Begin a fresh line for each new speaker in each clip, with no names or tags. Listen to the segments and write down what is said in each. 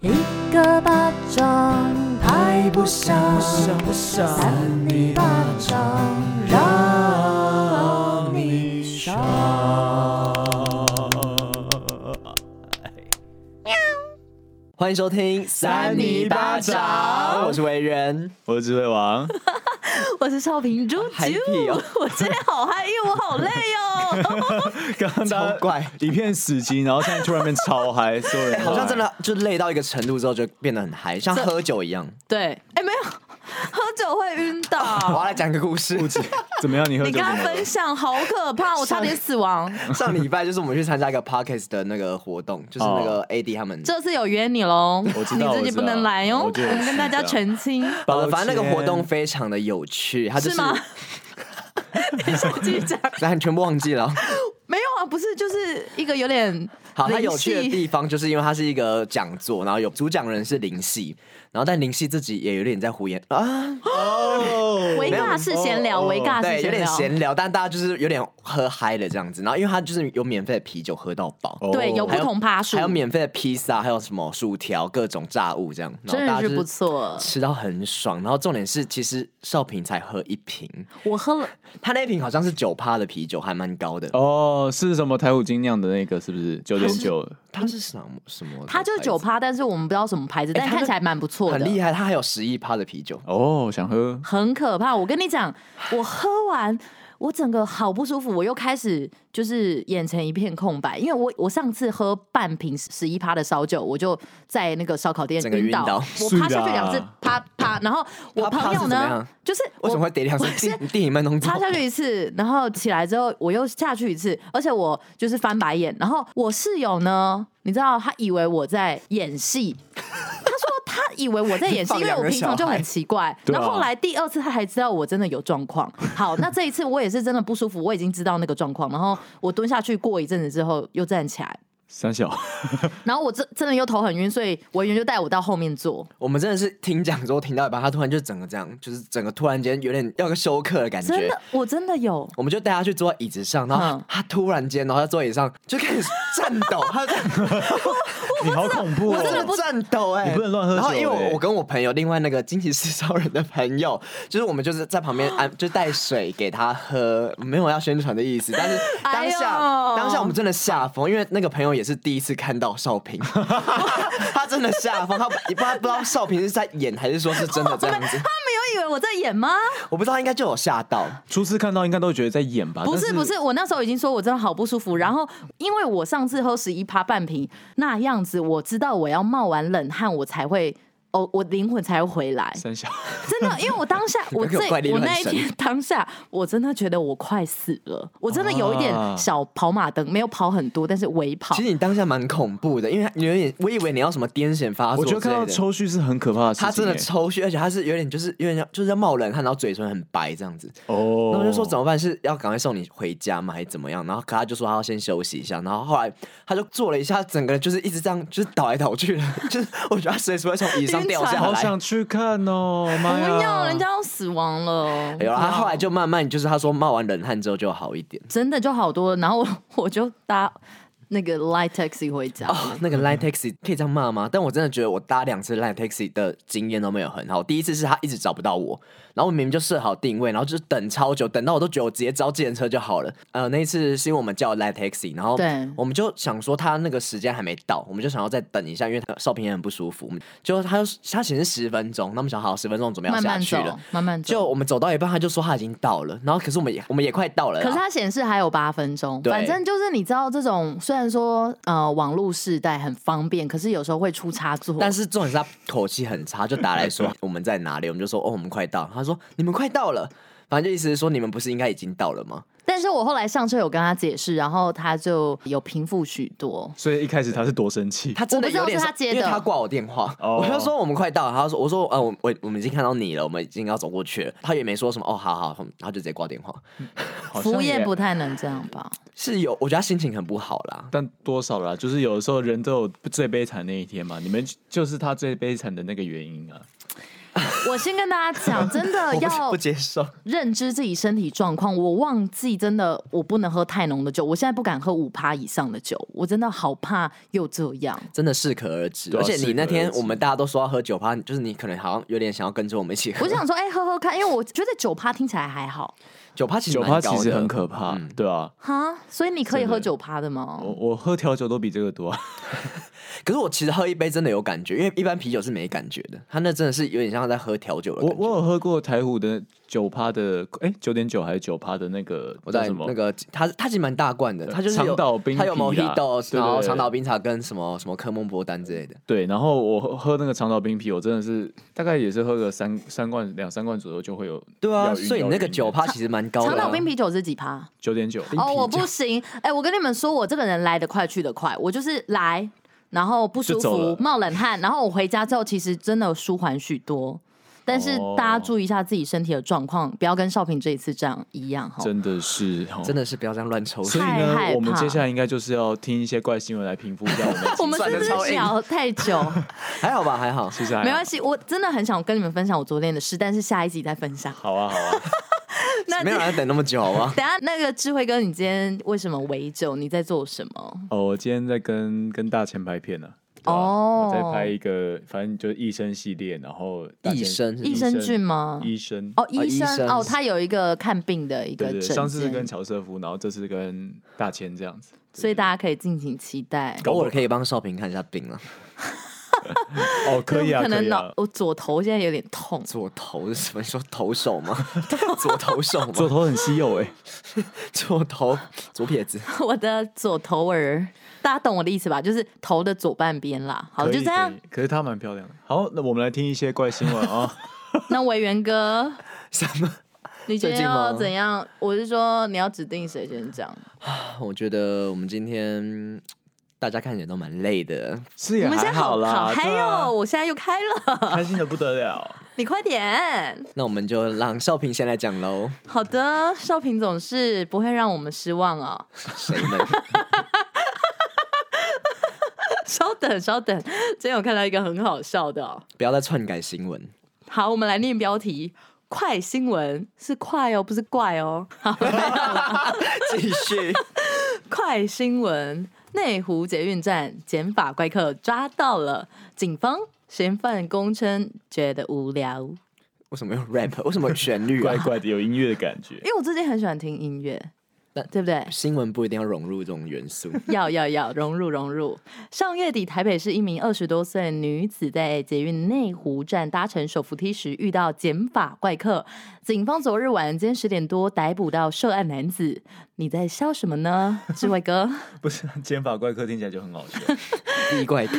一个巴掌拍不响，
不想
扇你巴掌让你爽。
欢迎收听《
扇你巴掌
我是维人，
我是智慧王，
我是少平猪
嗨屁
猪
哦，
我今天好嗨，因为我好累哦。
刚刚大
超怪哎
家一片死寂，然后现在突然变超嗨，所有人都
好像
嗨
真的就累到一个程度之后就变得很嗨，像喝酒一样。
对，哎，没有， 喝酒会晕
我
倒。
要来讲个故 事。
怎么样？你喝
你
酒
跟他
怎么了
分享好 可怕，我差点死亡。
上礼拜就是我们去参加一个 Parkes 的那个活动，就是那个 AD 他们。
哦这次有约你喽，
我知道
你自己
我知
不
道
能来哦。
我就有
们跟大家
印象
澄清，
好呃的，反正那个活动
抱歉
非常的有趣，它就是
吗？你是自己讲，
咱全部忘记了。
没有啊，不是，就是一个有点
好，它
灵
有趣的
系
地方就是因为它是一个讲座，然后有主讲人是林夕，然后但林夕自己也有点在胡言啊，
哦，
维尬式闲聊，
哦
维尬
对，
式
有
闲
点
聊，
闲聊，但大家就是有点喝嗨了这样子。然后因为它就是有免费的啤酒喝到饱，
哦
对，有不
还有
同趴数
还，有免费的披萨，还有什么薯条、各种炸物这样，然后
真
哦大
的
家
是
就
不错。
吃到很爽。然后重点是，其实少平才喝一瓶，
我喝了，
他那一瓶好像是九趴的啤酒，还蛮高的。
哦，是什么台虎精酿的那个？是不是九点九？
他是什么什么的牌子？
它就是九趴，但是我们不知道什么牌子，但
它
看
就
起来蛮不错
很
的。
厉害，他还有十一趴的啤酒。
哦，想喝
很可怕。我跟你讲，我喝完。我整个好不舒服，我又开始就是眼前一片空白，因为我我上次喝半瓶十一趴的烧酒，我就在那个烧烤店
整个
晕倒，
晕倒啊
我
是
趴下去
的
两次，啪啪，然后我
啪啪
朋
是
友
怎么
呢
样，
就是我
为什么会跌两次？
我是
你电影慢 动作
趴。下去一次，然后起来之后我又下去一次，而且我就是翻白眼。然后我室友呢，你知道他以为我在演戏，他说他以为我在演 戏，
放
因为
两
我
个
平常就
小
很
孩
奇怪。
对啊
然后后来第二次他才知道我真的有状况。好，那这一次我也是真的不舒服，我已经知道那个状况。然后我蹲下去过一阵子之后又站起来，
三小，
然后我真真的又头很晕，所以文员就带我到后面坐。
我们真的是听讲之后听到一半，他突然就整个这样，就是整个突然间有点要个休克的感
真
觉
的。，我真的有。
我们就带他去坐在椅子上，然后
嗯
他突然间，然后在座椅上就开始颤抖，他在
你好恐怖
我真的
哦！
不战斗哎、
你不能乱喝酒
然后因为
欸
我我跟我朋友，另外那个惊奇四超人的朋友，就是我们就是在旁边 安，就带水给他喝，没有要宣传的意思。但是
哎
当
呦
下、当下我们真的吓疯，因为那个朋友也是第一次看到少平，他真的吓疯，他不不知道不知道少平是在演还是说是真的这样子，
他没有以为我在演吗？
我不知道，应该就有吓到。
初次看到应该都觉得在演吧？
不
但
是不是，我那时候已经说我真的好不舒
嗯
服。然后因为我上次喝十一趴半瓶那样子，我知道我要冒完冷汗，我才会。哦，我灵魂才会回来，
三小，
啊
真的，因为我当 下我
不要给我
这
怪力
我
乱
那一
神
天当下，我真的觉得我快死了，我真的有一点
啊
小跑马灯，没有跑很多，但是微跑
其。实你当下蛮恐怖的，因为你有点，我以为你要什么癫痫发
我
作之
觉
类
得看到
的。
抽蓄是很可怕的事情欸。
他真的抽血，而且他是有点就是有点像就是在冒冷汗，然后嘴唇很白这样子。
哦，
然后我就说怎么办？是要赶快送你回家吗？还是怎么样？然后可他就说他要先休息一下。然后后来他就坐了一下，整个人就是一直这样，就是倒来倒去的， 就是我觉得他随时会从椅子上掉下
好
来。
想去看哦，
哎
妈呀！
不要，人家要死亡了。
有啊，他
哦
后来
就。
就慢慢就是他说冒完冷汗之后就好一点。
真的就好多了。然后我 我就搭那个 light taxi 回家。
哦，那个 Line Taxi 可以这样骂吗？但我真的觉得我搭两次 Line Taxi 的经验都没有很好。第一次是他一直找不到我，然后我明明就设好定位，然后就是等超久，等到我都觉得我直接招计程车就好了。呃，那一次是因为我们叫 Line Taxi，然后
对
我们就想说他那个时间还没到，我们就想要再等一下，因为他少平也很不舒服。我们就他就他显示十分钟，那我们想好十分钟准备要
慢
下
慢
去了。
走，慢慢
就
走。
我们走到一半，他就说他已经到了，然后可是我们也我们也快到
啊
了啦，
可是它显示还有八分钟，
对
反正就是你知道这种，虽然说呃网络世代很方便，可是有时候会出差错。
但是重点是他口气很差，就打 来说我们在哪里，我们就说哦我们快到了，他说你们快到了，反正就意思是说你们不是应该已经到了吗？
但是我后来上车有跟他解释，然后他就有平复许多。
所以一开始他是多生气，
他真的
我不知道
有点
是他
生
接的
因为他挂我电话，
哦
我就说我们快到了，他说我说呃我我我们已经看到你了，我们已经要走过去了，他也没说什么哦好好，好他就直接挂电话，
好像
服务业
也
不太能这样 吧？
是有我觉得他心情很不好啦，
但多少啦，就是有的时候人都有最悲惨那一天嘛。你们就是他最悲惨的那个原因啊。
我先跟大家讲，真的
我
呃要
不不接受。
认知自己身体状况。我忘记真的我不能喝太浓的酒，我现在不敢喝五趴以上的酒，我真的好怕又这 样。
真的适可而止，
对啊
而且你那天
适可而止
我们大家都说要喝酒趴，就是你可能好像有点想要跟着我们一起喝。
我就想说，哎、喝喝看，因为我觉得酒趴听起来还好
酒趴其实
酒
蛮
趴
高
其实
的嗯
很可怕，对啊，
哈，所以你可以
真的
喝酒趴的吗？
我我喝调酒都比这个多啊，
可是我其实喝一杯真的有感觉，因为一般啤酒是没感觉的，它那真的是有点像在喝调酒的
我
感觉。
我有喝过台虎的九趴的，哎，九点九还是九趴的那个
我
叫
在
什么
那？个它它其实蛮大罐的，它就是有
长岛冰
它有
啤啦
Mojito，
对
然后
对对嗯
长岛冰茶跟什么什么科梦波丹之类的。
对，然后我喝喝那个长岛冰啤，我真的是大概也是喝个三三罐两三罐左右就会有。
对啊，所以你那个酒趴其实蛮
哦
高的、啊
长
啊
岛冰啤酒是几趴？
九点九，
哦，我不行，哎、我跟你们说，我这个人来得快去得快，我就是来，然后不舒
就走
服
了，
冒冷汗，然后我回家之后，其实真的舒缓许多。但是
哦
大家注意一下自己身体的状况，不要跟少平这一次这样一样哈。
真的是哦
真的是不要这样乱抽
所
水
以。
太
呢
害，
我们
怕
接下来应该就是要听一些怪新闻来平复一下我们的
我们
算
是
得
不
超
是
硬
聊 太
哎
久？
还好吧，还好。
其实还好
没关系，我真的很想跟你们分享我昨天的事，但是下一集再分 享。
好啊好啊，
那
没有人要等那么久好吗？
等一下那个智慧哥，你今天为什么围酒？你在做什么？
哦，我今天在跟跟大前拍片呢、对啊
哦
我在拍一个，反正就是医生系列，然后大
益
千
生是
益生菌
啊
吗
医生
哦，
哦
医
医
生
生
哦，他有一个看病的一个
对对，
诊
上次是跟
间，
乔瑟夫，然后这次跟大千这 样子，
所以大家可以尽情期待。
偶尔可以帮少平看一下病啊了，
哦可以啊
可能
以
脑、
啊，
我左头现在有点痛，
左头是什么？你说投手 吗？左投手吗？
左头很稀有哎、
左头左撇子。
我的左头儿，大家懂我的意思吧？就是头的左半边啦。 好，
可以
就这样
可以。可是她蛮漂亮的。好，那我们来听一些怪新闻 啊。
那委员哥，
什么？
你觉
最
得
近
要
吗
怎样？我是说，你要指定谁先讲？
我觉得我们今天大家看起来都蛮累的，
是
我
也
们现在
还好
好
啦，
嗨
对
哟、
啊
我现在又开了，
开心的不得了。
你快点。
那我们就让少平先来讲喽。
好的，少平总是不会让我们失望哦。
谁们？
稍等，稍等，今天有看到一个很好笑的、哦。
不要再篡改新闻。
好，我们来念标题：快新闻是快哦，不是怪哦。
继续。
快新闻：内湖捷运站减法怪客抓到了，警方嫌犯供称觉得无聊。
为什么用 rap？为什么有旋律
怪
啊？
怪的，有音乐的感觉
因。为我最近很喜欢听音乐
但，
对不对？
新闻不一定要融入这种元素。
要要要融入融入。上月底，台北市一名二十多岁女子在捷运内湖站搭乘手扶梯时遇到减法怪客，警方昨日晚间十点多逮捕到涉案男子。你在笑什么呢，智慧哥？
不是减法怪客听起来就很好 笑。
第一怪客，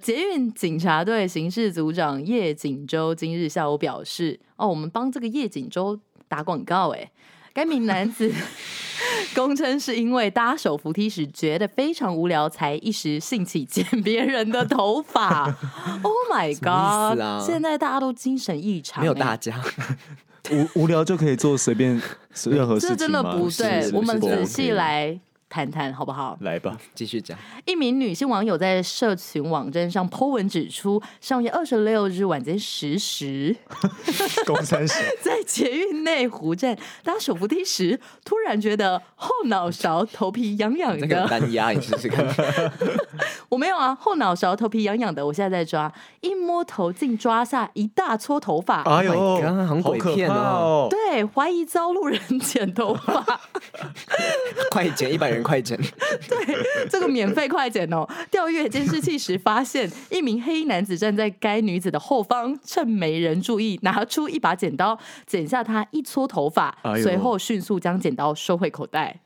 捷运警察队刑事组长叶锦州今日下午表示，哦，我们帮这个叶锦州打广告哎，该名男子 供称是因为搭手扶梯时觉得非常无聊，才一时兴起剪别人的头发。oh my
么意
god！、
思啊
现在大家都精神异常，
没有
哎
大家，
无无聊就可以做随便任何事情
这
吗
真的不
是
对
是。
我们
不
仔
OK
细来谈谈好不好？
来吧。
继续讲。
一名女性网友在社群网站上 po 文指出，上月二十六日晚间十时。
公三十，
在捷运内湖站搭手扶梯时，突然觉得后脑勺头皮痒 痒
这个
的。
单压你试试看。
我没有啊，后脑勺头皮痒痒的，我现在在抓，一摸头竟抓下一大撮头 发。
哎
Oh my
呦，
God，好像
好
鬼
可
片
怕哦！
对，怀疑遭路人剪头发，
快剪，一百人快剪。
这个免费快剪哦！调阅监视器时发现，一名黑衣男子站在该女子的后方，趁没人注意，拿出一把剪刀剪下她一撮头发
哎，呦
随后迅速将剪刀收回口袋。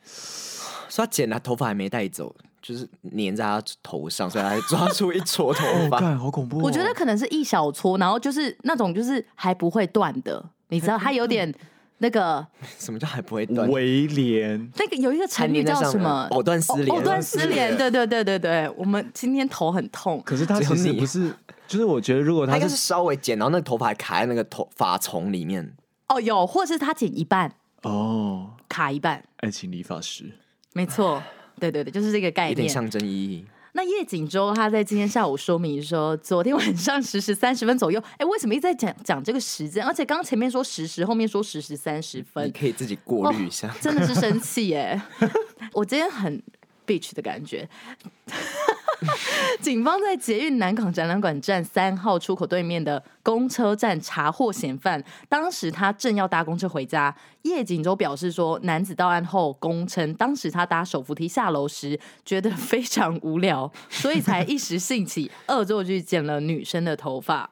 说他剪啊了，头发还没带走，就是粘在他头上，所以他还抓出一撮头发。
干，好恐 怖哦！
我觉得可能是一小撮，然后就是那种就是还不会断的，你知道，它有点那个
什么叫还不会断？
围帘
那个有一个成语
还粘在
叫
上
什
面
么？
藕断丝连
藕断丝连，对对对对对。我们今天头很痛，
可是他其
只
实
有你
不是，就是我觉得如果
他
他
应该是
是
稍微剪，然后那个头发还卡在那个头发丛里面。
哦，有，或是它剪一半，
哦，
卡一半，
爱情理发师，
没错，对对对，就是这个概
有点
念。
象征意义。
那叶锦州他在今天下午说明说，昨天晚上十时三十分左右，哎、为什么一直在讲讲这个时间？而且刚前面说十时，后面说十时三十
你
分，
可以自己过滤一下。
真的是生气耶、我今天很 bitch 的感觉。警方在捷运南港展览馆站三号出口对面的公车站查获嫌犯，当时他正要搭公车回家。叶锦州表示说，男子到案后供称，当时他搭手扶梯下楼时觉得非常无聊，所以才一时兴起恶作剧剪了女生的头发。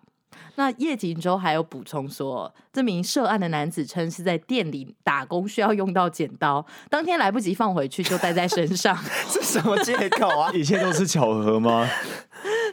那叶锦州还有补充说，这名涉案的男子称是在店里打工需要用到剪刀，当天来不及放回去就带在身上。
这什么借口 啊？
一切都是巧合吗？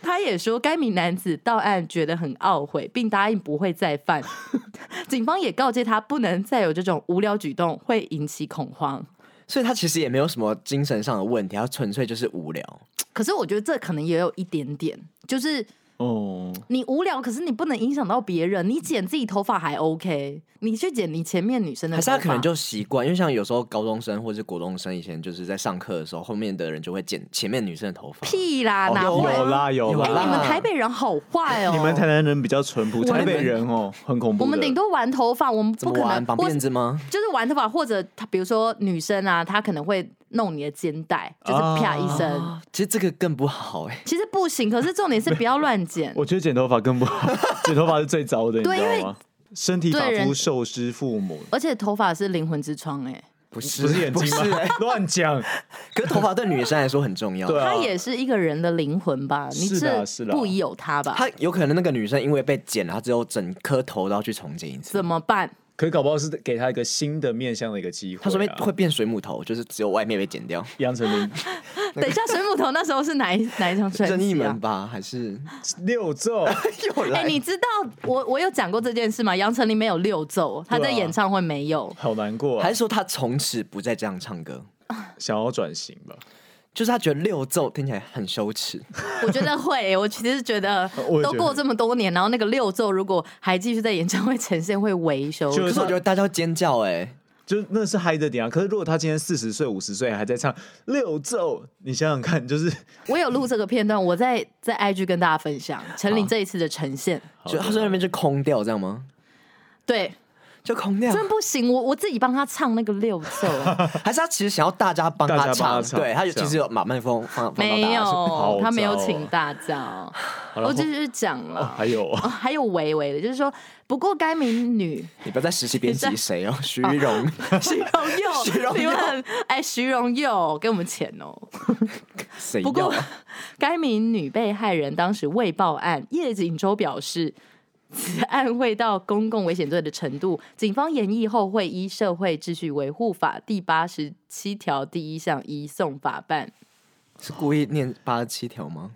他也说，该名男子到案觉得很懊悔，并答应不会再犯。 警方也告诫他不能再有这种无聊举动，会引起恐慌。
所以他其实也没有什么精神上的问题，他纯粹就是无聊。
可是我觉得这可能也有一点点，就是
哦，
你无聊，可是你不能影响到别人。你剪自己头发还 OK，你去剪你前面女生的
还
头
是
发，
他可能就习惯，因为像有时候高中生或是国中生以前就是在上课的时候，后面的人就会剪前面女生的头发。
屁啦，
哦
啊哪
有
会？
有啦有
有
哎
啦，
啦
你们台北人好坏哦！
啊你们台南人比较淳朴，
们
台北人哦很恐怖的。
我们顶多玩头发，我们
怎
不
么
可
玩
能
绑
或
辫子吗？
就是玩头发，或者他比如说女生啊，她可能会弄你的肩带，
啊
就是啪一声。
其实这个更不好哎、
其实不行，可是重点是不要乱剪。
我觉得剪头发更不 好，剪头发是最糟的，你
对
知
因为
道吗？身体发
对人
肤受之父母，
而且头发是灵魂之窗、欸，
不是
不是眼睛吗？ 乱讲，
可是头发对女生来说很重 要。
对啊
它也是一个人的灵魂吧？你
是的
这
是的
不宜有它吧？
她有可能那个女生因为被剪了，她只有整颗头都要去重剪一次。
怎么办？
可搞不好是给他一个新的面向的一个机会啊。
她说不定会变水母头，就是只有外面被剪 掉。
杨丞琳
等一下，水母头那时候是哪一哪一张专
正义
辑啊
门？吧，还 是
六奏，
又
哎、
来？
你知道我我有讲过这件事吗？杨丞琳没有六奏，她在
对啊
演唱会没有。
好难过啊
还，是说她从此不再这样唱歌？
想要转型吧？
就是她觉得六奏听起来很羞耻，
我觉得会、欸我其实觉得
我也觉
都
得
过这么多年，然后那个六奏如果还继续在演唱会呈现，会维修。
就
可是我觉得大家要尖叫哎、
就是那是嗨的点啊。可是如果他今天四十岁、五十岁还在唱六奏，你想想看，就是
我有录这个片段，我在在 IG 跟大家分享陈琳这一次的呈现。
就她在那边就空掉这样吗？
对，
就空掉，
真不行，我我自己帮他唱那个 六奏，
还是她其实想要大家帮
大
她
家帮她
唱？
唱
对，她就
这
其
样
实有把麦克风放放到大
没
家身
有
好，
他没有
糟哦
请大家，
好了
我只是讲
哦
了。
还有
哦，
啊
还有维维的，就是说，不过该名女
你不要再实习 编辑谁哦，徐玉荣。
徐荣 佑，
徐荣佑
你们很哎，徐荣佑给我们钱哦。
谁
不
要
过
啊？，
该名女被害人当时未报案，叶锦州表示， 此案未到公共危险罪的程度，警方研议后会依《社会秩序维护法》第八十七条第一项移送法办。
是故意念八十七条吗？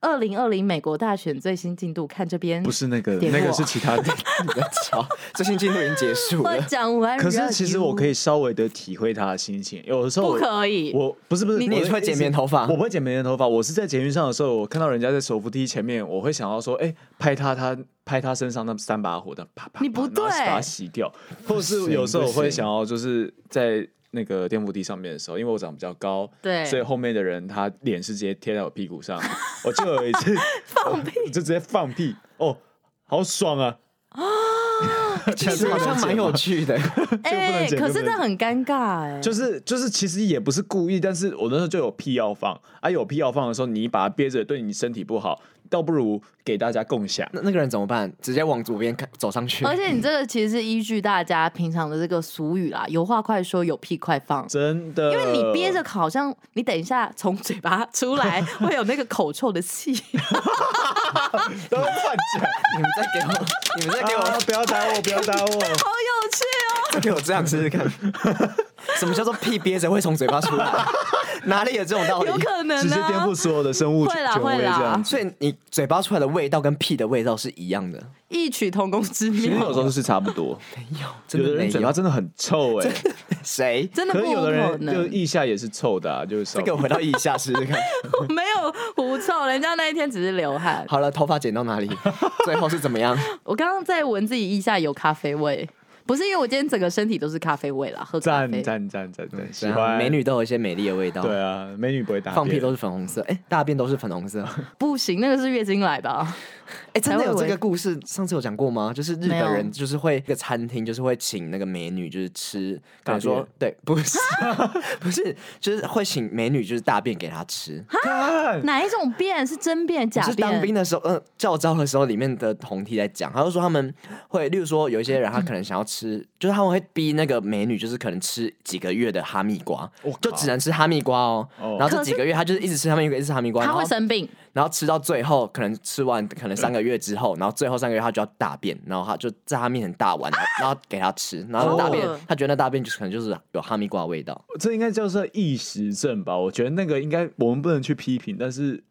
二零二零美国大选最新进度，看这边
不。是那个，
点
那个
我
是其他的。
你在吵，最新进度已经结束
我
了。
讲完，
可是其实我可
以，
以稍微的体会他的心情，有的时候
不
我
可以？
我不是不是，
你
我的
你也会剪
意思
棉头发
我不会剪棉头发。我是在捷运上的时候，我看到人家在手扶梯前面，我会想要说，哎、拍他他拍他身上那三把火的，啪啪啪，
你不
然后
对
把它洗掉。或者
不
是
行
有时候我
不
会
行
想要就是在那个电扶梯上面的时候，因为我长比较高，
对
所以后面的人他脸是直接贴在我屁股上，我就有一次
放屁！
我就直接放屁，哦，好爽啊！
其实好像蛮有趣的。
不能
哎、
剪
可
就不
是
能
这很尴尬哎、
就是就是，其实也不是故意，但是我那时候就有屁要放啊，有屁要放的时候，你把它憋着，对你身体不好，倒不如给大家共享。
那那个人怎么办？直接往左边看，走上去。
而且你这个其实是依据大家平常的这个俗语啦，有话快说，有屁快放。
真的，
因为你憋着，好像你等一下从嘴巴出来会有那个口臭 的气。
都乱 讲，
你们再给我，你们再给
啊
我，
不要打我，不要打我，
好有趣哦！
再给我这样试试看。 什么叫做屁憋着会从嘴巴出来？ 哪里有这种道理
有？可能
直接颠
啊
覆，所有的生物
会啦
权威
会
这
啦
样。
所以你嘴巴出来的味道跟屁的味道是一样的，
异曲同工之
其实
妙，
有时候是差不多，
没有，真
有
的
的
没
人嘴巴
有。啊
真的很 臭哎、
谁？
真的
可
不
是有
可
的人就
能。
腋下也是臭的、啊，就是
再给我回到腋下试试看。
没有狐臭，人家那一天只是流汗。
好了，头发剪到哪里？最后是怎么样？
我刚刚在闻自己腋下有咖啡味，不是因为我今天整个身体都是咖啡味啦，喝咖
赞
啡。
赞赞赞赞，喜
嗯然后
欢
美女都有一些美丽的味道。
对啊，美女不会打
放屁
便
都是粉红色，哎、大便都是粉红色，
不行，那个是月经来 的啊、
哎、真的
才会
有这
以为
个故事？上次有讲过吗？就是日本
没有
人就是会一个餐厅，就是会请那个美女，就是吃，可
大
能说
便
对，不是 不是，就是会请美女就是大便给她吃。
干
哪一种便是真便假
我是
便？
当兵的时候，嗯、教招的时候，里面的同梯在讲，他就说他们会，例如说有一些人他 可能想要吃，就是他们会逼那个美女，就是可能吃几个月的哈密瓜
我靠，
就只能吃哈密瓜哦。
哦
然后这几个月他就是一直吃哈密瓜，一直吃哈密瓜，
他
然后
会生病，
然后吃到最后，可能吃完可能三个月之后，然后最后三个月他就要大便，然后他就在他面前大完， 然后给他吃，然后大便
哦
他觉得那大便就是可能就是有哈密瓜的味道。
这应该叫做异食症吧？我觉得那个应该我们不能去批评，但是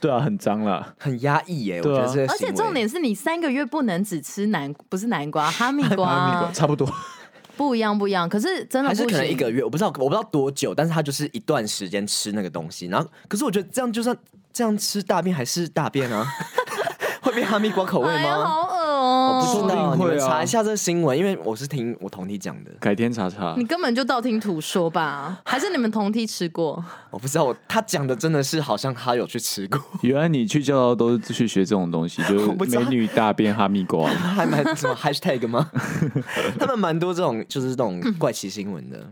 对啊，很脏啦。
很压抑耶、我觉
对啊
得这些
而且
行为
重点是你三个月不能只吃南，不是南瓜，哈密瓜
哈密瓜
啊，
差不多，
不一样不一样。可是真的
还
不
是
行，
可能一个月，我不知道我不知道多久，但是他就是一段时间吃那个东西，然后可是我觉得这样就算这样吃大便还是大便 啊，会变哈密瓜口味
哎呀，
吗？
好恶
我不
哦、
知
说
道，
不定会啊
你们查一下这个新闻，因为我是听我同弟讲的，
改天查查
你。根本就道听途说吧？还是你们同梯吃过？
我不知道我他讲的真的是好像他有去吃过。
原来你去教导都是去学这种东西，就
我不知
是
道
美女大便哈密 瓜。
还蛮什么 hashtag 吗？他们蛮多这种就是这种
嗯
怪奇新闻的，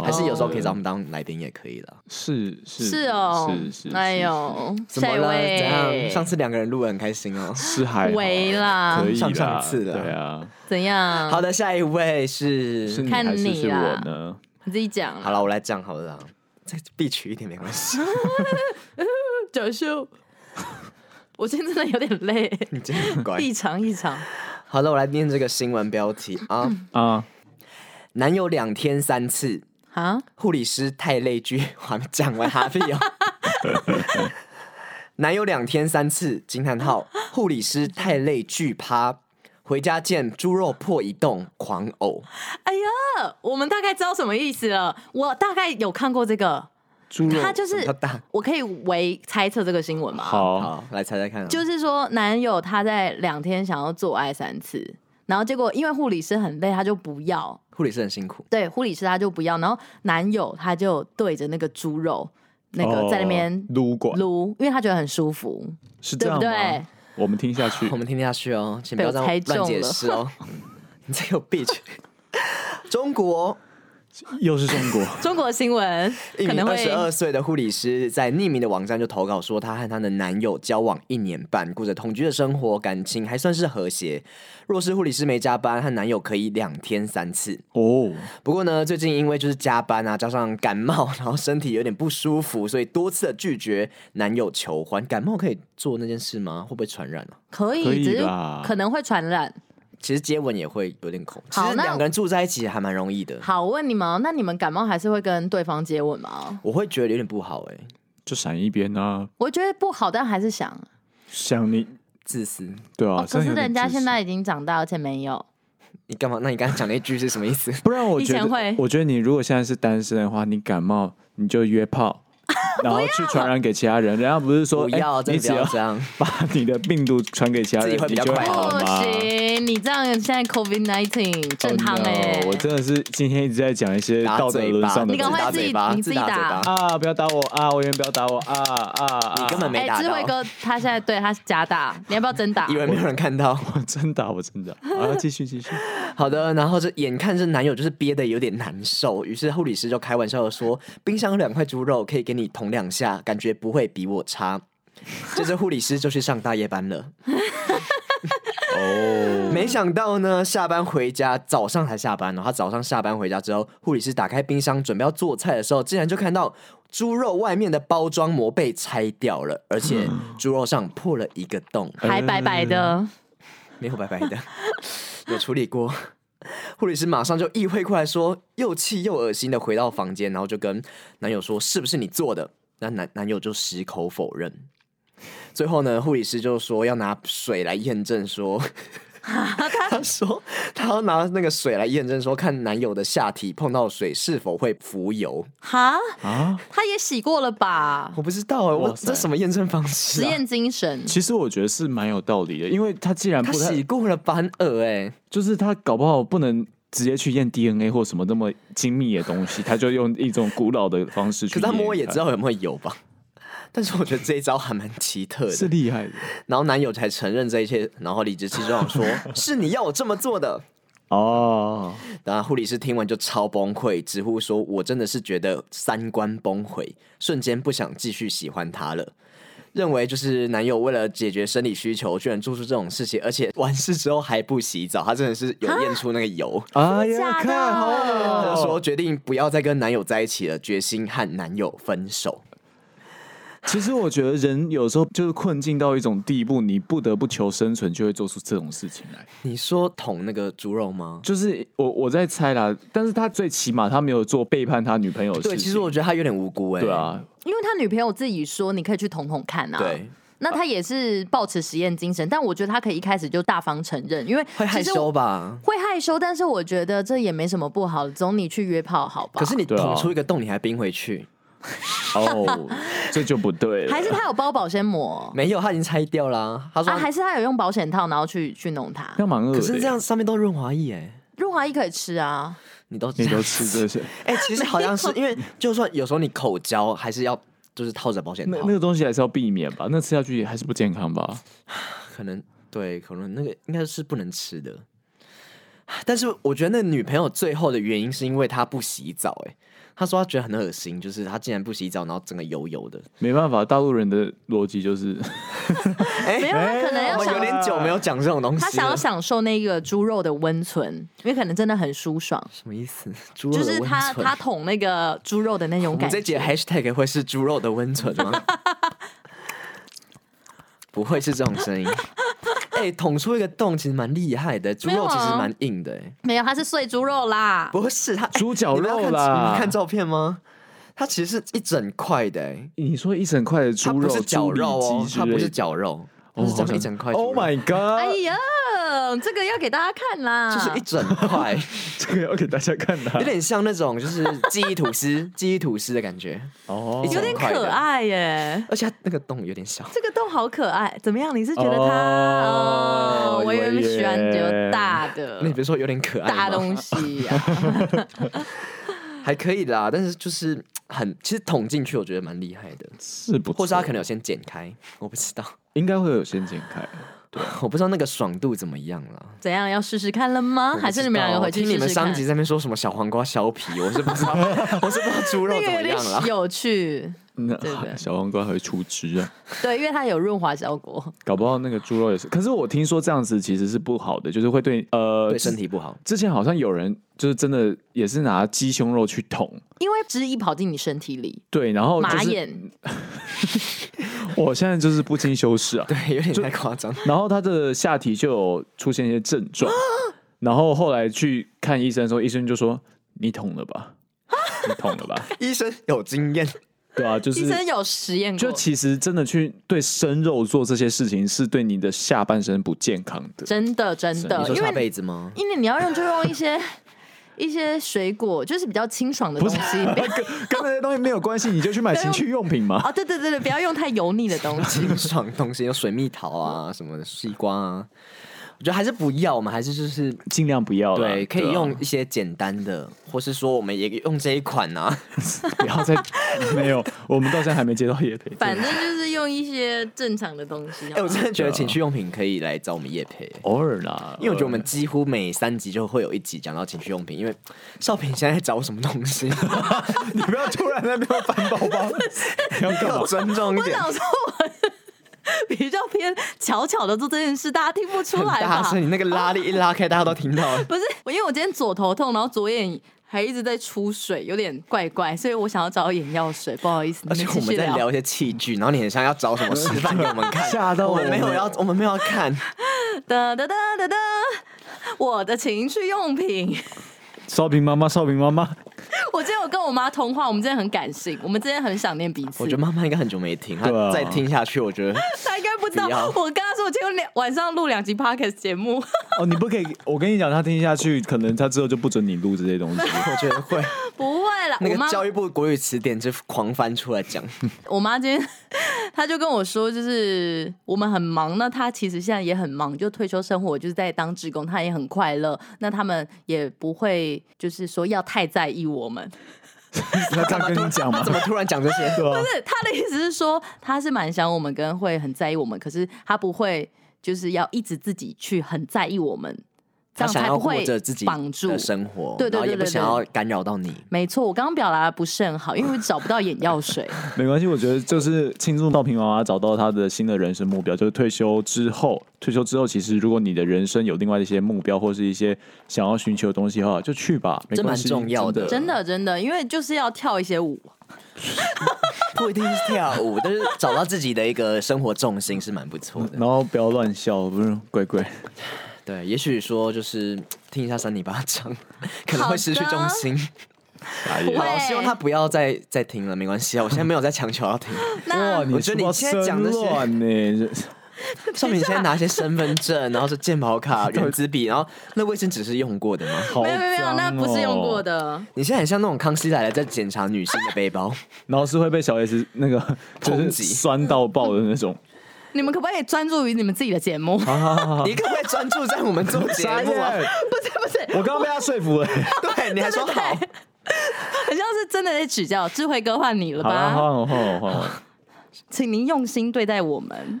还是有时候可以找我们当来宾也可以
哦
啦。
哦是是
是哦，
是是，
哎呦，
怎么
下一
了？怎
位嗯
样？，上次两个人录得很开心哦。
是还好
喂啦
可以
上
啦
上次了
对啊，
怎样？
好的，下一位是
是你
看
还是
你
是我
啦
呢？
你自己讲啊。
好了，我来讲好了啦，再必取一点没关 系。
九秀， 我今天真的有点累，
你真的很乖。
异常异常。
好了，我来念这个新闻标题啊，
嗯
啊，
男友两天三次，
啊，
护理师太累句，我 还没讲完哈屁哦。 男友两天三次惊叹号，护理师太累惧趴，回家见猪肉破一洞狂呕。
哎呀，我们大概知道什么意思了。我大概有看过这个，
猪肉
他就
什么
是
叫大，
我可以为猜测这个新闻吗？，
好，
好，来猜猜看、啊，
就是说男友他在两天想要做爱三次，然后结果因为护理师很累，他就不要。
护理师很辛苦，
对，护理师他就不要，然后男友他就对着那个猪肉那个在那边
哦撸管
撸，因为他觉得很舒服，
是这
对不
样
对
吗？？我们听下 去
我。们听下去哦，请不
被
要
我
这样
猜中
乱解
了
释哦。 你这个 bitch。中国
又是中国，嗯
中国新闻
一
可
名
能
二
会
十二岁的护理师在匿名的网站就投稿说，她和她的男友交往一年半，过着同居的生活，感情还算是和谐。若是护理师没加班，和男友可以两天三次。
哦，
不过呢，最近因为就是加班啊，加上感冒， 然后身体有点不舒服，所以多次的拒绝男友求欢。感冒可以做那件事吗？会不会传染啊？
可以，
可以
只是
吧
可能会传染。
其实接吻也会有点恐，其
好
实
那
两个人住在一起还蛮容易的。
好，我问你们哦，那你们感冒还是会跟对方接吻吗？
我会觉得有点不好哎、
就闪一边啊，
我觉得不好，但还是想。
想你
自私。
对啊
哦，，
真
可
的
是
有点
人家
自私
现在已经长大，而且没有。
你干嘛？那你刚刚讲那句是什么意思？
不然我
以
觉
前
得
会
我觉得你如果现在是单身的话，你感冒你就约 炮，然后去传染给其他人。人家不是说
不要，
哎
真
你
的
只
不要
要
这样。
把你的病毒传给其他
自己
人，
会比
你
较
就
快哦
会好
不
了吗？
行，你这样现在 COVID nineteen 正夯
Oh no，
哎、
我真的是今天一直在讲一些
欸打
道德
嘴
沦
巴，
丧的
你赶
东
快
西
打
自己
嘴巴，
你自己
打嘴
打
巴。
啊！不要打我啊！我员不要打我啊啊啊！
你根本没
哎、
打
智
到
慧哥他现在对他是假打，你要不要真打
以？为没有人看到。
我 真打，我真打。啊，继续继续。
好的，然后这眼看这男友就是憋得有点难受，于是护理师就开玩笑的说：“冰箱有两块猪肉，可以给你捅两下，感觉不会比我差。”接着护理师就去上大夜班了。
哦，
没想到呢，下班回家，早上才下班哦。他早上下班回家之后，护理师打开冰箱准备要做菜的时候，竟然就看到猪肉外面的包装膜被拆掉了，而且猪肉上破了一个洞。
还白白的，
嗯没有白白的， 有处理过。护理师马上就意会过来说，又气又恶心的回到房间，然后就跟男友说：“是不是你做的？”那男男友就矢口否认。最后呢，护理师就说要拿水来验证说，她说她要拿那个水来验证，说看男友的下体碰到水是否会浮游。
哈，
啊。
他也洗过了吧？
我不知道哎、我
哇塞
这什么验证方式、
实
啊？
验精神，
其实我觉得是蛮有道理的，因为他既然
他
不太
洗过了吧，很恶哎、
就是他搞不好不能直接去验 DNA 或什么那么精密的东西，他就用一种古老的方式去
可是
验。
他摸也知道有没有油吧？ 但是我觉得这一招还蛮奇特的。
是厉害的
然后男友才承认这一切，然后理直气壮地 说：“是你要我这么做的。
哦。”
然后护理师听完就超崩溃，直呼说：“我真的是觉得三观崩毁，瞬间不想继续喜欢他了。”认为就是男友为了解决生理需求，居然做出这种事情，而且完事之后还不洗澡，他真的是有验出那个油。
哎
假
呀，
的
看好恶
她
哦
说决定不要再跟男友在一起了，决心和男友分手。
其实我觉得人有时候就是困境到一种地步，你不得不求生存，就会做出这种事情来。
你说捅那个猪肉吗？
就是我我在猜啦，但是他最起码他没有做背叛他女朋友的事情。
对，其实我觉得他有点无辜哎、
对，啊，
因为他女朋友自己说你可以去捅捅看啊。
对。
那他也是抱持实验精神，但我觉得他可以一开始就大方承认，因为
会害
其实
羞
我
吧？
会害羞，但是我觉得这也没什么不好，总你去约炮好吧？
可是你
对啊
捅出一个洞，你还冰回去？
哦，这就不对了。
还是他有包保鲜膜
没有，他已经拆掉啦。他说，
哦啊？还是他有用保险套，然后去去弄它？
那蛮恶的。
可是这，样上面都润滑液哎，
润滑液可以吃啊，
你都这
你
样
都 吃这些，
哎、其实好像是因为，就算有时候你口交，还是要就是套着保险
那
套
那，个东西还是要避免吧？那吃下去还是不健康吧？
可能对，可能那个应该是不能吃的。但是我觉得那女朋友最后的原因是因为她不洗澡哎、她说她觉得很恶心，就是她竟然不洗澡，然后整个油油的。
没办法，大陆人的逻辑就是
哎
没有，他可能
我们
要想
有点久没有讲这种东西了，
他想要享受那个猪肉的温存，因为可能真的很舒爽，
什么意思？ 猪肉
就
的
是
温
他
存
他捅那个猪肉的那种
我们
感
这集
觉
的。hashtag 会是猪肉的温存 吗？不会是这种声音。 哎、捅出一个洞其实蛮厉害的，猪
没有
肉
啊
其实蛮硬的、哎，
没有，他是碎猪肉啦。
不是它哎
猪脚
你们要
肉
看你
啦
们看照片吗？它其实是一整块的、哎
你说一整块的
它
猪
不
肉
是绞肉
猪里
哦，
脊之
它
类
不
的
是绞肉，它
哦
是这
好
么
像
一整块猪肉。
Oh my god！
哎呀，这个要给大家看啦，
就是一整块，
这个要给大家看的啊
有点像那种就是记忆吐司、记忆吐司的感觉，
哦
一整
有点
块的
可爱耶。
而且它那个洞有点小。
这个洞好可爱，怎么样？你是觉得它？
哦
哦，我也
我也
喜欢比较大的
那你别说有点可爱吗，
大东西啊。
还可以啦，但是就是很，其实捅进去我觉得蛮厉害的，
是不错，
或是他可能有先剪开，我不知道，
应该会有先剪开。
我不知道那个爽度怎么样啦。
怎样？要试试看了
我
吗？
不知道
还是你们两个回去
听你
试
们
试
上
看？
集在那边说什么小黄瓜削皮，我是不知道， 我是不知道猪肉
那
怎
个有
么样啦
点。有趣，
那
对对
小黄瓜还会出汁啊，
对，因为它有润滑效果。
搞不好那个猪肉也是。可是我听说这样子其实是不好的，就是会对呃
对身。体不好，
之前好像有人就是真的也是拿鸡胸肉去捅，
因为汁液跑进你身体里，
对，然
哦
后就
马
是
眼
我现在就是不经修饰啊，
对，有点太夸张。
然后他的下体就有出现一些症 状，然后后来去看医生的时候，医生就说你捅了 吧，你捅了吧，
医生有经验，
对啊，就是
医生有实验
就
过，
其实真的去对生肉做这些事情，是对你的下半身不健康的。
真的真
你
的，
说
呃因
擦
为
被子吗？
因为你要用就用一些 一些水果，就是比较清爽的东西。不要
跟那些东西没有关系，你就去买情趣用品嘛。
哦，对对对对，不要用太油腻的东 西。
清爽的东西有水蜜桃 啊，什么的西瓜啊，我觉得还是不要嘛，还是就是
尽量不要啦
对，可
啊
以用一些简单的，或是说我们也用这一款啊。
不要再 没有，我们到现在还没接到叶培。
反正就是用一些正常的东西。哦
哎、我真的觉得情趣用品可以来找我们叶培，
偶尔啦，
因为我觉得我们几乎每三集就会有一集讲到情趣用品。因为少平现在在找什么东西，
你不要突然在那边翻包 包，你要干
要
嘛？
尊重一
我
点。
想说，我比较偏巧巧的做这件事，大家听不出
很
来
大
吧
声，？你那个拉力一拉开，大家都听到 了。
不是，我因为我今天左头痛，然后左眼还一直在出水，有点怪怪，所以我想要找眼药水。不好意思，
而
你
且
们
我
继
们
续
在聊一些器具，然后你很像要找什么示范给我们看，
吓到
我
我
们
们
没有要，我们没有要看。
哒哒哒哒哒，我的情趣用品。
烧饼妈妈，烧饼妈妈，
我今天有跟我妈通话，我们真的很感性，我们真的很想念彼此。
我觉得妈妈应该很久没听，她
对啊
再听下去，我觉得
她应该不知道
不要。
我跟他说，我今天两晚上录两集 podcast 节 目，
哦，你不可以，我跟你讲，他听下去，可能他之后就不准你录这些东西。
我觉得会
不会啦。
那
我
个
妈，
教育部国语词典就狂翻出来讲，
我妈今天她就跟我说，就是我们很忙，那她其实现在也很忙，就退休生活就是在当职工，她也很快乐。那他们也不会就是说要太在意我们，
他这样跟你讲吗
他？怎么突然讲这些？
对啊吧？
是 他的意思是说，他是蛮想我们跟会很在意我们，可是他不会就是要一直自己去很在意我们，
他
这样
想
才
要
不
过
会
着自己
绑住
的。生活，
对对
然
对
后也不
对对
想要干扰到你。
没错，我刚刚表达得不是很好，因为找不到眼 药水。
没关系，我觉得就是庆祝到平娃娃找到他的新的人生目标，就是退休之后。退休之后，其实如果你的人生有另外的一些目标，或是一些想要寻求的东西的话，就去吧，没
这
关系，
蛮重要的
的，
真的真的，因为就是要跳一些舞。
不一定是跳舞，但是找到自己的一个生活重心是蛮不错的。
然后不要乱笑，不是乖乖。
对，也许说就是听一下三里巴掌，可能会失去重心。
哎
不
呀
会
好，希望他不要再再听了，没关系啊，我现在没有在强求要 听。
那
哇，你
我哦觉得你
书包
现在讲这
真
些
乱欸呢，
上面你现在拿一些身份证，然后是健保 卡、原子笔，然后那卫生纸是用过的吗？
好
没有没有没有，
脏
那不是用过
哦。
的。
你现在很像那种康熙来了在检查女性的 背包，
然后是会被小 S 那个就是
抨击
酸到爆的那种。
你们可不可以专注于你们自己的节目？
啊
不
你可不可以专注在我们做节
啊 傻
目啊？
眼
是不是，
我刚刚被他说服了。欸
对，你还说好，
很像是真的在指教。智慧哥换你了
好了，换
吧，
我换我换我。
请您用心对待我们。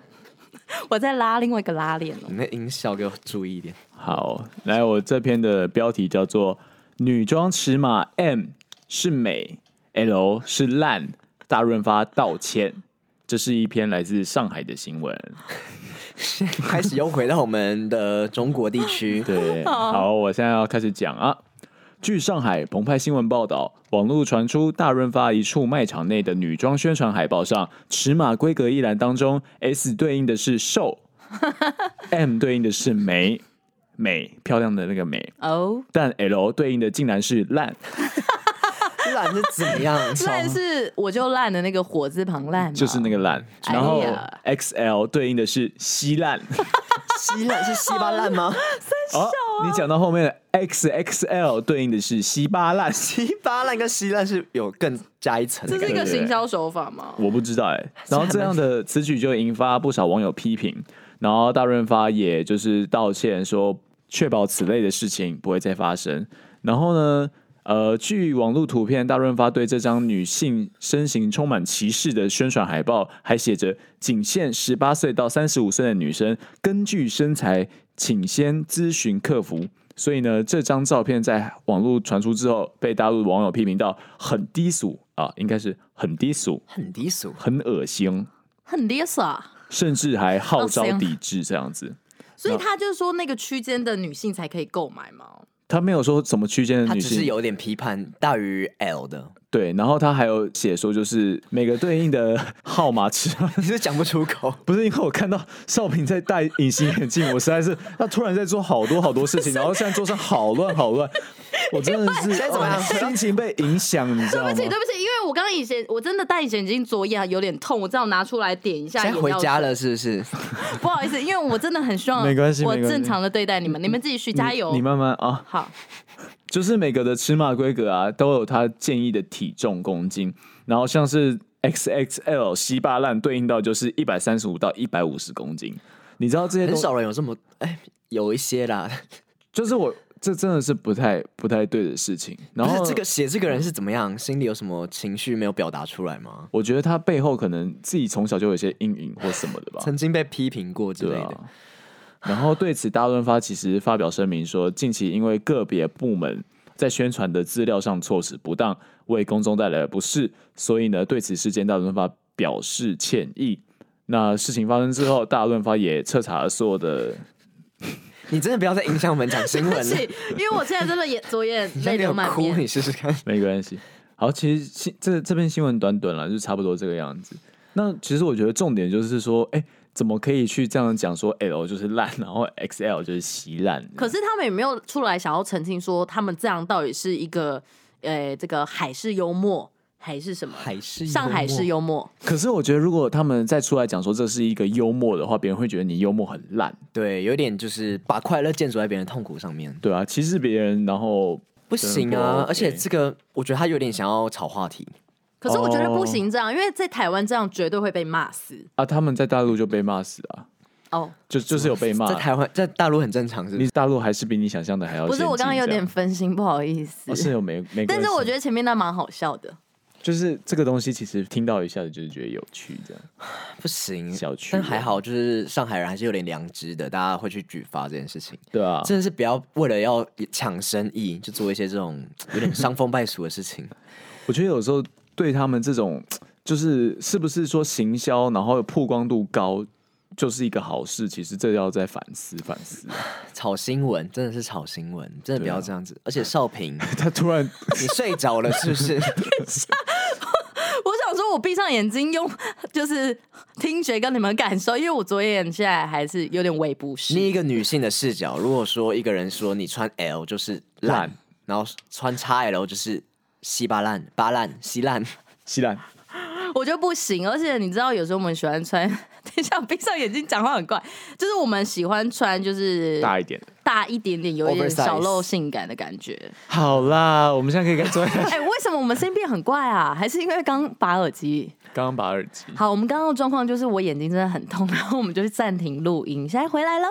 我在拉另外一个拉链哦了。
你那音效给我注意一点。
好，来，我这篇的标题叫做《女装尺码 M 是美，L 是烂》，大润发道歉。这是一篇来自上海的新闻。
开始又回到我们的中国地 区，
对，
哦
好，我现在要开始讲啊。据上海澎湃新闻报道，网络传出大润发一处卖场内的女装宣传海报上，尺码规格一栏当中，S 对应的是 瘦，M 对应的是美，美漂亮的那个美，
哦，
但 L 对应的竟然是 烂。
烂是怎么样？
烂是我就烂的那个火字旁烂嘛，
就是那个烂，
哎呀
然后 XL 对应的是稀烂。
稀烂是稀巴烂 吗？
啊
哦，你讲到后面的 XXL 对应的是稀巴烂，
稀巴烂跟稀烂是有更加一层的
这
感
是一
觉。
个行销手法吗？
我不知道哎、然后这样的此举就引发不少网友批评，然后大润发也就是道歉说，确保此类的事情不会再发生。然后呢，呃，据网络图片，大润发对这张女性身形充满歧视的宣传海报还写着“仅限十八岁到三十五岁的女生，根据身材，请先咨询客服”。所以呢，这张照片在网络传出之后，被大陆网友批评到很低俗啊，应该是很低俗，
很低俗，
很恶心，
很 Lisa，、啊、
甚至还号召抵制这样子。
所以他就说那个区间的女性才可以购买嘛。
他没有说什么区间的
它
女
只是
性，
有点批判大于 L 的，
对，然后他还有写说，就是每个对应的号码尺码，
你是讲不出 口。
不是因为我看到少平在戴隐形眼镜，我实在是他突然在做好多好多事情，然后现在桌上好乱好乱，我真的是
现在怎么样
哦心情被影响，你知道
对
吗
不？起，对不起，因为我刚刚以前我真的戴隐形眼镜，左眼啊有点痛，我只好拿出来点一下。
现在回家，了是不 是？
不好意思，因为我真的很 希望
没关系没
我
关系
正常的对待你们，你们自己去加油。
你你慢慢啊，
好，
就是每个的尺码规格啊，都有它建议的体重公斤，然后像是 XXL 稀巴烂对应到就是一百三十五到一百五十公斤，你知道这些
很
东西，
少人有这么哎，有一些啦。
就是我这真的是不太不太对的事情。然
不
后
是这个写这个人是怎么样？心里有什么情绪没有表达出来吗？
我觉得他背后可能自己从小就有一些阴影或什么的吧，
曾经被批评过之类
对
的，
啊。然后对此，大润发其实发表声明说，近期因为个别部门在宣传的资料上措辞不当，为公众带来了不适，所以呢，对此事件大润发表示歉意。那事情发生之后，大润发也彻查了所有的，
你真的不要再影响我们讲新闻
对不起
了。，
因为我现在真的眼左眼
你现
泪
在
流
有
满
哭，
面。
你试试看。
没关系。好，其实新这这篇新闻短短了，就差不多这个样子。那其实我觉得重点就是说，哎，怎么可以去这样讲说 L 就是烂，然后 XL 就是稀烂？
可是他们也没有出来想要澄清说他们这样到底是一个呃这个海式幽默还是什么？
海是
上海式幽默，
可是我觉得，如果他们再出来讲说这是一个幽默的话，别人会觉得你幽默很烂，
对，有点就是把快乐建筑在别人的痛苦上面，
对啊，歧视别人，然后
不
真
行
的不
啊！
OK
而且这个我觉得他有点想要炒话题，
可是我觉得不行这样，因为在台湾这样绝对会被骂死
啊，他们在大陆就被骂死啊，
哦。
就就是有被骂
在。台湾在大陆很正常，是不
你
是？
大陆还是比你想象的还要
不是，
先
我刚刚
进
有
这样
点分心，不好意思
哦。是有没没关系，
但是我觉得前面那蛮好笑的，
就是这个东西，其实听到一下子就是觉得有趣，这样
不行，
小区
但还好，就是上海人还是有点良知的，大家会去举发这件事情，
对啊，
真的是不要为了要抢生意就做一些这种有点伤风败俗的事情。
我觉得有时候对他们这种，就是是不是说行销，然后曝光度高，就是一个好事？其实这要再反思反思。
炒新闻真的是炒新闻，真的不要这样子。而且少平，
他突然
你睡着了是不是？
我想说，我闭上眼睛用 就是听觉跟你们感受，因为我昨天现在还是有点胃不适。
你一个女性的视角，如果说一个人说你穿 L 就是烂
烂，
然后穿 XL 就是稀巴烂、巴烂、稀烂，
西兰，
我觉得不行，而且你知道，有时候我们喜欢穿， 等一下闭上眼睛讲话很怪，就是我们喜欢穿就是
大一点。
大一点点，有一点
Oversize
小露性感的感觉。
好啦，我们现在可以坐在
哎、为什么我们声音变很怪啊？还是因为刚拔耳机？
刚刚把耳 机。
好，我们刚刚的状况就是我眼睛真的很痛， 然后我们就去暂停录音，现在回来喽。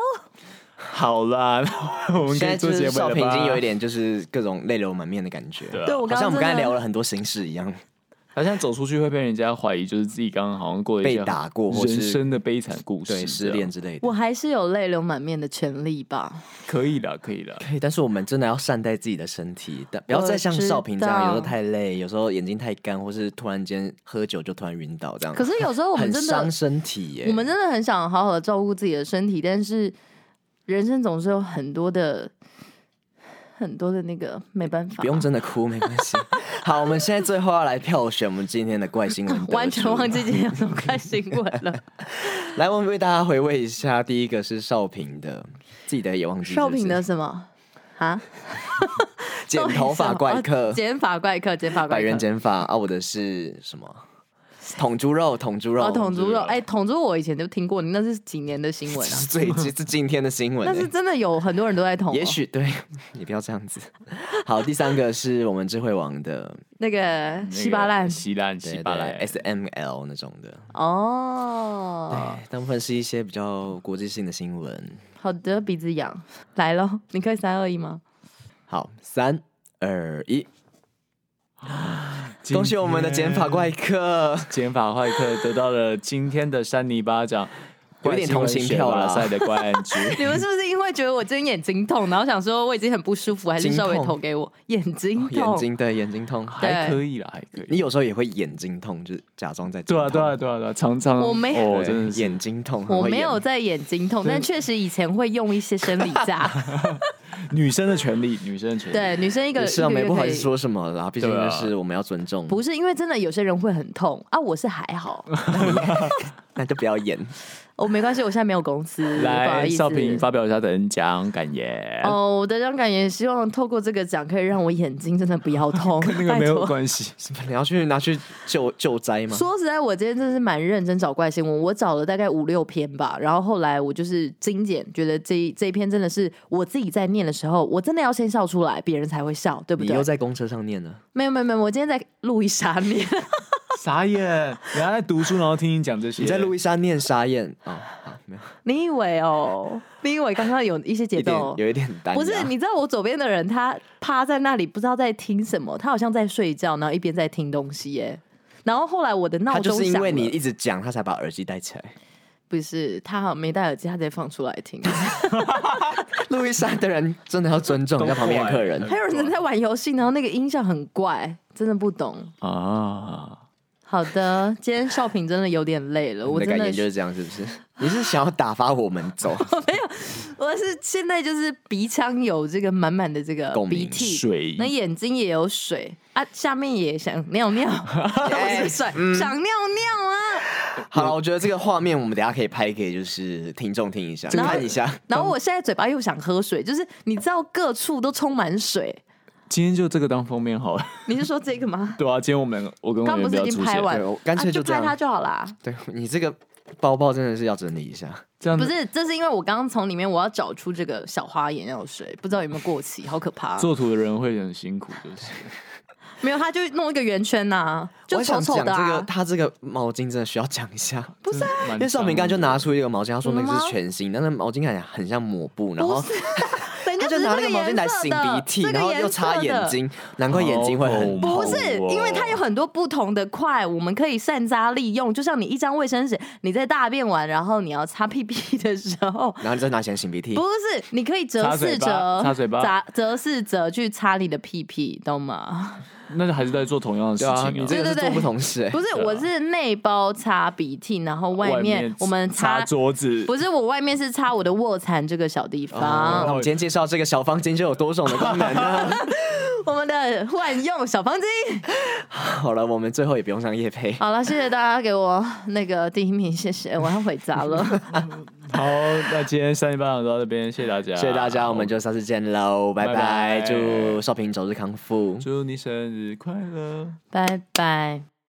好啦，那我们
现
可
在
以做
就
结
是
尾
少
了
平已
吧？
经有一点就是各种泪流满面的感觉，
对啊
对，我
好
刚
像我
刚
们刚才
真的
聊了很多形式一样，
好像走出去会被人家怀疑，就是自己刚刚好像过了一
被
些
打过或是
人生的悲惨故事，啊
对，失恋，之类的
我。还是有泪流满面的权利吧。
可以的，可以的。
对，但是我们真的要善待自己的身体，但不要再像
我知
少平这样，
道
有时候太累，有时候眼睛太干，或是突然间喝酒就突然晕倒这样。
可是有时候我们
很
真的
伤，身体耶。
我们真的很想好好的照顾自己的身体，但是人生总是有很多的、很多的那个没办法，
不用真的 哭，没关系。好，我们现在最后要来票选我们今天的怪新闻，
完全忘。记今天有什么快新闻了。
来，我们为大家回味一下，第一个是少平的，自己的也 忘记是不
少
是。
平的什么啊？
剪头发怪
哦
客，
剪发怪客，剪发怪
百
客，
元剪发啊，我的是什么？捅猪肉，捅猪
哦，
肉，
捅猪肉，哎，捅猪肉我以前就听过，那是几年的新闻
这
啊
是？最这是今天的新闻
但是
欸。
真的有很多人都在捅哦，
也许对， 你不要这样子。好，第三个是我们智慧王的，
那个稀巴烂
稀烂，
对哎
稀巴烂
对 S M L 那种的，
哦，
对，大部分是一些比较国际性的新闻。
好的，鼻子痒来喽，你可以三二一吗？
好，三二一，恭喜我们的减法怪客，
减法快客得到了今天的山泥巴掌，
有点同情票啦
怪新闻选拔赛的冠军。
你们是不是因为觉得我今天眼睛痛，然后想说我已经很不舒服， 还是
睛
稍
痛
微投给我眼睛痛？
眼睛对眼睛痛，
对
还可以啦，还可
你
以。
有时候也会眼睛痛，就是假装在
对啊，
睛
对
痛
啊，对啊，对啊，常常
我没
哦，
对
真的是
眼睛痛，很
我
会
没有
演
在眼睛痛，但确实以前会用一些生理 假。
女生的权利，女生的权利。
对，女生一个
也是啊，
一个
没
月
不好
可
意
以
思说什么啦，毕竟
对啊
就是我们要尊重，
不是因为真的有些人会很痛啊，我是还好，
那就不要演。
我、没关系，我现在没有公司，不好
来，
意思。
少平发表一下等奖感言。
哦，我的张感言希望透过这个奖可以让我眼睛真的不要 痛，
跟那个
拜
没有
托
关系，
什么你要去拿去救救灾吗？
说实在，我今天真的是蛮认真找怪新闻，我找了大概五六篇吧，然后后来我就是精简，觉得这一这一篇真的是我自己在念的时候，我真的要先笑出来，别人才会笑，对不
你
对
又？在公车上念呢？
没有没有没有，我今天在路易莎 念，
傻眼！人家在读书，然后听你讲这些。
你在路易莎念沙燕啊？好，没有，
你以为哦？你以为刚刚有一些节
一点
奏？
有一点单
不是，
压
你知道我左边的人，他趴在那里不知道在听什么，他好像在睡觉，然后一边在听东西耶。然后后来我的闹
他
钟
就是因
响
为你
了
一直讲，他才把耳机戴起来。
不是他好像没戴耳机，他直接放出来听。
路易莎的人真的要尊重一下旁边的客人。
还有人在玩游戏，然后那个音效很怪，真的不懂。
啊，
好的， 今天少平真的有点累了，我
你的
真
感言
的
就是是这样，是不 是？你是想要打发我们 走？
我是现在就是鼻腔有这个满满的这个
共鸣
鼻涕，
水
那眼睛也有水啊，下面也想尿 尿，
哎
不是水，想尿尿啊。
好了，我觉得这个画面我们等一下可以拍给就是听众听一下，
然后
看一下。
然后我现在嘴巴又想喝水，就是你知道各处都充满水，
今天就这个当封面好了。
你是说这 个吗？
对啊，今天我们我跟我
刚
也
不
不
是
要
已
出
经拍
现，
完
对我干脆
啊
就
就
这
拍
样
它就好啦。
对你这个包包真的是要整理一下。
这样
不是，这是因为我刚刚从里面我要找出这个小花眼药水，不知道有没有过期，好可怕。
做图的人会很辛苦， 就是。
没有，他就弄一个圆圈呐、
我
就
还
丑
想
丑
讲
的
这个，
啊。
他这个毛巾真的需要讲一 下，
不是、啊，
因为邵明刚就拿出一个毛巾，他说那
真
个
的
是
吗
全新，但那毛巾看起来很像抹布，然后
不是人家
他就
只是
拿
这
那个毛巾
颜
来
色
擤
的
鼻涕，
这个
然后
颜
又擦
色
眼
的。
睛，难怪眼睛会很
好
不
痛
是，
哦
因为它有很多不同的块，我们可以善加利用。就像你一张卫生纸，你在大便完，然后你要擦屁屁的时 候，
然后你再拿起来擤鼻涕
不。是，你可以折
擦嘴
四
巴
折，
擦嘴巴
折折四折去擦你的屁屁，懂吗？
那就还是在做同样的事
对啊，
情
你
啊。
这个是
对对
做
对
不同事欸。
不是，
对啊
我是内包擦鼻涕，然后外面我们
擦桌子，
不是我外面是擦我的卧蚕这个小地
啊，那
方，
我们今天介绍这个小方巾就有多种的功能啊 呢。
我们的万用小方巾。
好了，我们最后也不用上夜配。
好了，谢谢大家给我那个第一名，谢谢，我要回家 了，
好，那今天三点半就到这边，谢谢大家，
谢谢大家，我们就下次见喽，拜拜！
拜拜
祝少平早日康复。
祝你生日快乐。
拜拜。